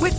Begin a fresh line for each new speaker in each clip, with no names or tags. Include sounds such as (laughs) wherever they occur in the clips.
With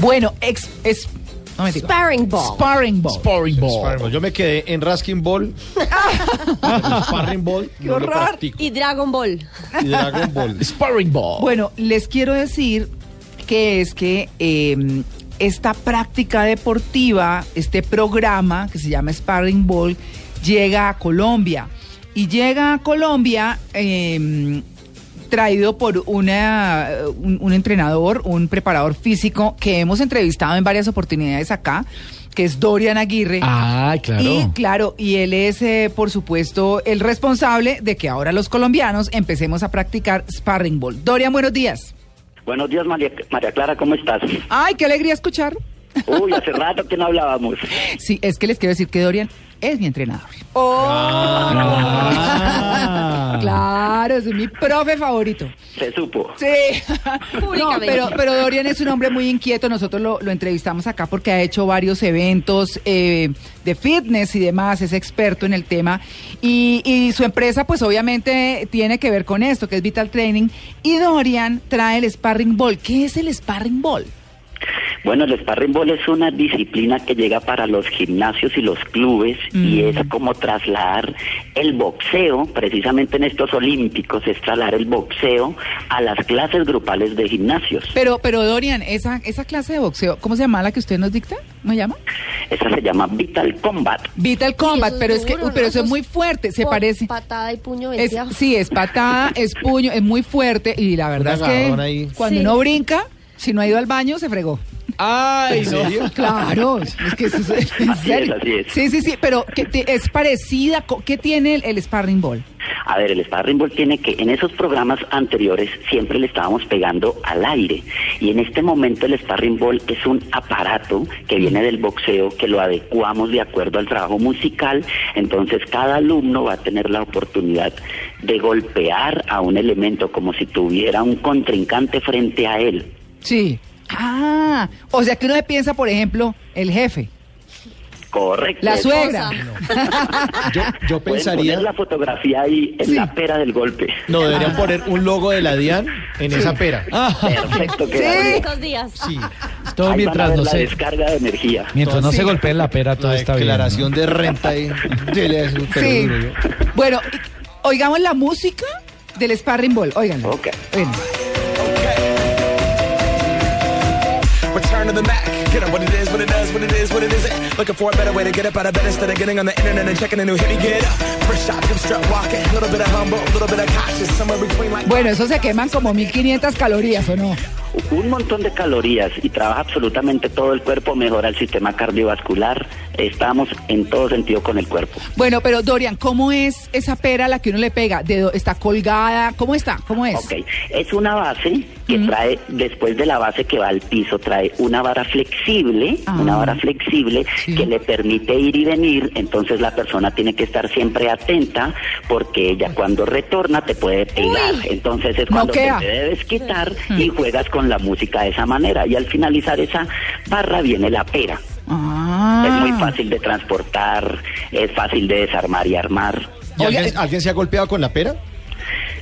Bueno, ex, es, no me digo.
Sparring ball.
Sparring ball.
Sparring ball. Yo me quedé en
(laughs)
Rasking Ball. Sparring Ball. Qué
horror.
Y Dragon Ball.
Y
(laughs)
Dragon Ball.
Sparring ball. Bueno, les quiero decir que es que eh, esta práctica deportiva, este programa que se llama Sparring Ball, llega a Colombia. Y llega a Colombia eh, traído por una, eh, un, un entrenador, un preparador físico que hemos entrevistado en varias oportunidades acá, que es Dorian Aguirre.
Ah, claro.
Y claro, y él es, eh, por supuesto, el responsable de que ahora los colombianos empecemos a practicar sparring ball. Dorian, buenos días.
Buenos días, María, María Clara, ¿cómo estás?
Ay, qué alegría escuchar.
Uy, hace rato que no hablábamos.
Sí, es que les quiero decir que Dorian es mi entrenador. (laughs) Claro, es mi profe favorito.
Se supo.
(laughs)
Sí, no,
Públicamente.
pero, pero Dorian es un hombre muy inquieto. Nosotros lo, lo entrevistamos acá porque ha hecho varios eventos eh, de fitness y demás. Es experto en el tema. Y, y su empresa, pues obviamente, tiene que ver con esto, que es Vital Training. Y Dorian trae el Sparring Ball. ¿Qué es el Sparring Ball?
Bueno, el sparring ball es una disciplina que llega para los gimnasios y los clubes y es como trasladar el boxeo, precisamente en estos olímpicos, es trasladar el boxeo a las clases grupales de gimnasios.
Pero, pero Dorian, esa, esa clase de boxeo, ¿cómo se llama la que usted nos dicta? ¿Me llama?
Esa se llama Vital Combat.
Vital Combat,
eso es
pero es que,
duro, ¿no?
pero eso
Eso
es
es
muy fuerte, se
Por
parece.
Patada y puño
Es-
venteado.
sí, es patada, es puño, es muy fuerte y la verdad es que
agarrón ahí.
cuando
Sí.
uno brinca, si no ha ido al baño, se fregó.
Ay, no.
Claro, es que eso
(laughs)
es- en
Así
serio.
es, así es.
Sí, sí, sí, pero ¿qué te- es parecida, co- ¿qué tiene el, el sparring ball?
A ver, el sparring ball tiene que, en esos programas anteriores siempre le estábamos pegando al aire y en este momento el sparring ball es un aparato que viene del boxeo que lo adecuamos de acuerdo al trabajo musical, entonces cada alumno va a tener la oportunidad de golpear a un elemento como si tuviera un contrincante frente a él.
Sí. Ah, o sea que uno se piensa, por ejemplo, el jefe,
Correcto.
la
Eso.
suegra. (laughs)
Yo, yo
Pueden
pensaría.
poner la fotografía ahí en
Sí.
la pera del golpe.
No, deberían poner un logo de la DIAN en esa pera.
Ah.
Perfecto, queda
Sí.
bien.
Estos días.
Sí.
Todo
Ahí van a
mientras
ver
no
la
se,
descarga de energía.
mientras no
Todo
se
así.
golpee la pera, todo
La
está bien.
declaración de renta ahí. Dele a eso, pero
Sí.
duro yo.
Bueno, oigamos la música del sparring ball, óiganla.
Ok.
Ven.
Return to the Mac. Get up what it is, what it does, what it is, what it isn't. Looking for a better way to get up out of bed instead of getting on the internet and checking a new hit. Me get up. First shot, hip strut walking. A little bit of humble, a little bit of cautious. Somewhere between like.
Bueno, eso se queman como 1500 calorías, ¿o no?
un montón de calorías y trabaja absolutamente todo el cuerpo, mejora el sistema cardiovascular, estamos en todo sentido con el cuerpo.
Bueno, pero Dorian, ¿cómo es esa pera a la que uno le pega? ¿De do- ¿Está colgada? ¿Cómo está? ¿Cómo es?
Ok, es una base que trae, después de la base que va al piso, trae una vara flexible,
Ah.
una vara flexible
Sí.
que le permite ir y venir, entonces la persona tiene que estar siempre atenta porque ella cuando retorna te puede pegar, entonces es cuando te,
Noquea.
te debes quitar
Mm.
y juegas con la música de esa manera y al finalizar esa barra viene la pera.
Ah.
Es muy fácil de transportar, es fácil de desarmar y armar.
¿Y
Oiga, eh,
alguien, alguien se ha golpeado con la pera?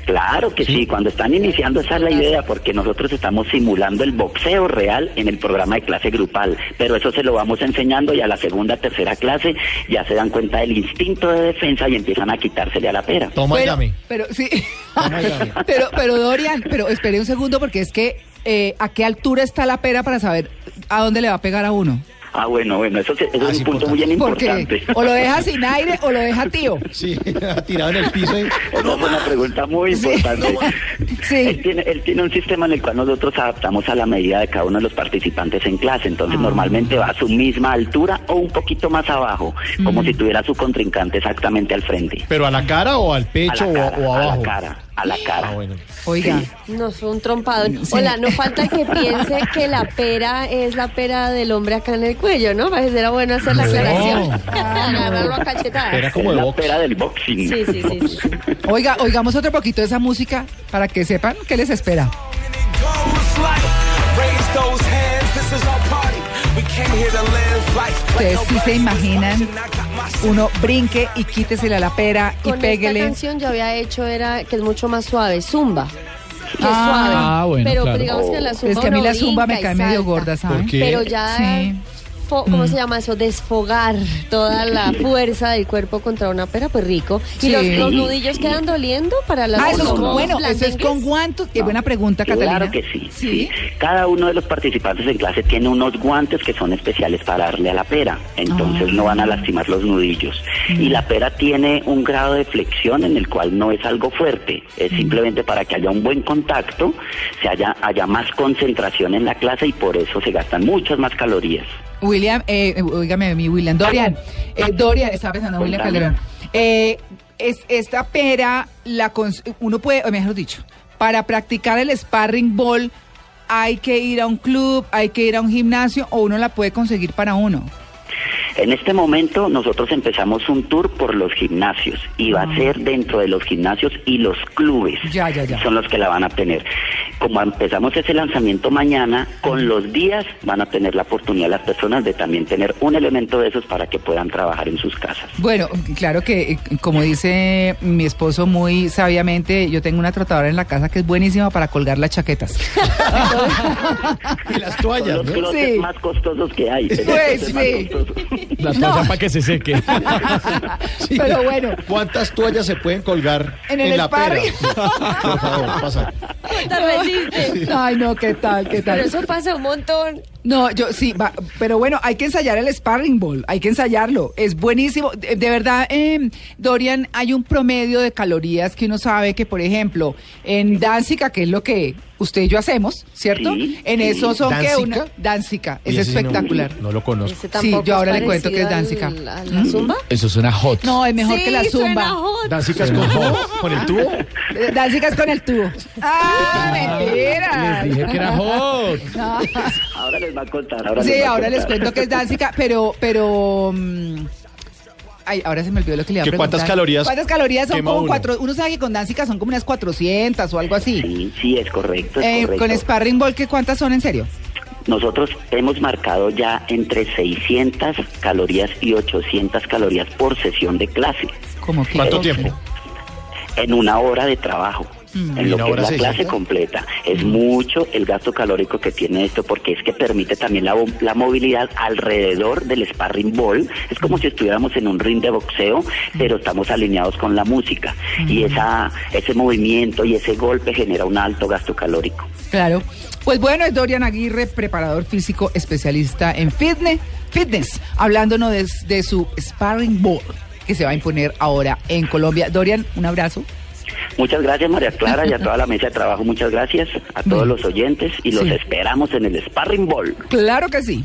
Claro que sí, cuando están iniciando esa es la idea, porque nosotros estamos simulando el boxeo real en el programa de clase grupal, pero eso se lo vamos enseñando y a la segunda, tercera clase ya se dan cuenta del instinto de defensa y empiezan a quitársele a la pera.
Toma y
Pero,
dame.
pero sí.
Toma y dame.
(laughs) pero, pero Dorian, pero espere un segundo porque es que eh, ¿a qué altura está la pera para saber a dónde le va a pegar a uno?
Ah, bueno, bueno, eso, se- eso
Ah,
es
es
un punto muy bien
Porque
importante.
o lo deja
(laughs)
sin aire o lo deja tío.
Sí, (laughs) tirado en el piso y.
Esa es una pregunta muy importante.
Sí.
Él, tiene, él tiene un sistema en el cual nosotros adaptamos a la medida de cada uno de los participantes en clase.
Ah.
Entonces, normalmente va a su misma altura o un poquito más abajo, como si tuviera su contrincante exactamente al frente.
¿Pero a la cara o al
A la
pecho o-
cara,
o,
a la
abajo?
cara. a la cara.
Ah, bueno.
Oiga,
No, fue un trompadón. Hola, no falta que
(laughs)
piense que la pera es la pera del hombre acá en el cuello, ¿no? Para que era bueno hacer la aclaración. Agarrarlo a cachetadas.
Era como
Es
de
la
box.
pera del boxing.
Sí, sí, sí, sí.
oiga, oigamos otro poquito de esa música para que sepan qué les espera.
Ustedes sí se imaginan
Uno brinque y quítesela la pera y
Con
péguele.
esta canción yo había hecho era que es mucho más suave, zumba. Que es
Ah,
suave.
ah, bueno,
pero
claro.
digamos que la zumba
es que a mí
uno
la zumba me
brinca
cae
y
medio
salta.
gorda, ¿saben?
¿Por qué?
Pero ya,
Sí.
fo- ¿cómo
Mm.
se llama eso? Desfogar toda
(laughs)
la fuerza del cuerpo contra una pera, pues rico.
Sí.
¿Y los, los nudillos quedan doliendo para las
Ah, eso es
No,
con,
no, no.
bueno, eso es con
guantes.
guantos. Qué buena pregunta, Catalina.
Claro que sí, sí. Cada uno de los participantes en clase tiene unos guantes que son especiales para darle a la pera.
Ah.
Entonces no van a lastimar los nudillos.
Mm.
Y la pera tiene un grado de flexión en el cual no es algo fuerte. Es
Mm.
simplemente para que haya un buen contacto, se haya, haya más concentración en la clase y por eso se gastan muchas más calorías.
William, eh, eh, óigame, mi William, Dorian, eh, Dorian, estaba pensando en William
Cuéntame.
Calderón. Eh, es, esta pera, la cons- uno puede, o mejor dicho, para practicar el sparring ball hay que ir a un club, hay que ir a un gimnasio o uno la puede conseguir para uno.
En este momento nosotros empezamos un tour por los gimnasios y va a ser dentro de los gimnasios y los clubes.
Ah. Ya, ya, ya.
Son los que la van a tener. Como empezamos ese lanzamiento mañana, con los días van a tener la oportunidad las personas de también tener un elemento de esos para que puedan trabajar en sus casas.
Bueno, claro que, eh, como dice mi esposo muy sabiamente, yo tengo una trotadora en la casa que es buenísima para colgar las chaquetas. (laughs)
Y (laughs) las
Son
toallas,
los
¿no?
closets
Sí.
más costosos que hay. Es el
Pues,
closet más
sí.
costoso. (laughs)
La toalla para que
(laughs)
se seque. Sí.
Pero bueno.
¿Cuántas toallas se pueden colgar
En el
la pera?
sparring.
(laughs) Por favor, pasa.
Ay, no, qué tal, qué tal.
Pero eso pasa un montón.
No, yo sí, va- pero bueno, hay que ensayar el sparring ball, hay que ensayarlo, es buenísimo. De, de verdad, eh, Dorian, hay un promedio de calorías que uno sabe que, por ejemplo, en Danzica, que es lo que usted y yo hacemos, ¿cierto?
Sí,
en
sí.
eso son que
¿Danzica?
una Danzica, es
Oye, ese sí no-
espectacular.
No, lo conozco.
Ese tampoco
yo ahora
es
le cuento que es
parecido
Danzica.
al- ¿A la zumba?
Eso suena hot.
No, es mejor que la
Sí, suena
zumba.
hot.
¿Dancicas con hot? ¿Con el tubo?
Eh, Danzica es con el
(laughs)
tubo. ¡Ah, mentira!
Les dije que era hot.
Ahora les va a contar. Ahora
Sí,
les va a
ahora les
contar.
cuento que es Danzica, pero, pero. mm, Ay, ahora se me olvidó lo que le iba a
¿Que
preguntar.
cuántas calorías
¿Cuántas calorías son
quema
como
uno?
cuatro? Uno sabe que con Danzica son como unas 400 o algo así.
Sí, sí, es correcto. es
Eh,
correcto.
con Sparring Ball, ¿qué cuántas son en serio?
Nosotros hemos marcado ya entre 600 calorías y 800 calorías por sesión de clase
Como que
¿Cuánto tiempo?
en una hora de trabajo. En lo
¿Una hora
que es
Mm.
la
600?
clase completa. Es mucho el gasto calórico que tiene esto porque es que permite también la, vo- la movilidad alrededor del sparring ball. Es como si estuviéramos en un ring de boxeo, pero estamos alineados con la música. Y esa, ese movimiento y ese golpe genera un alto gasto calórico.
Claro. Pues bueno, es Dorian Aguirre, preparador físico, especialista en fitness, fitness hablándonos de, de su Sparring Ball que se va a imponer ahora en Colombia. Dorian, un abrazo.
Muchas gracias María Clara y a toda la mesa de trabajo, muchas gracias a todos los oyentes y los
Sí.
esperamos en el Sparring Ball.
Claro que sí.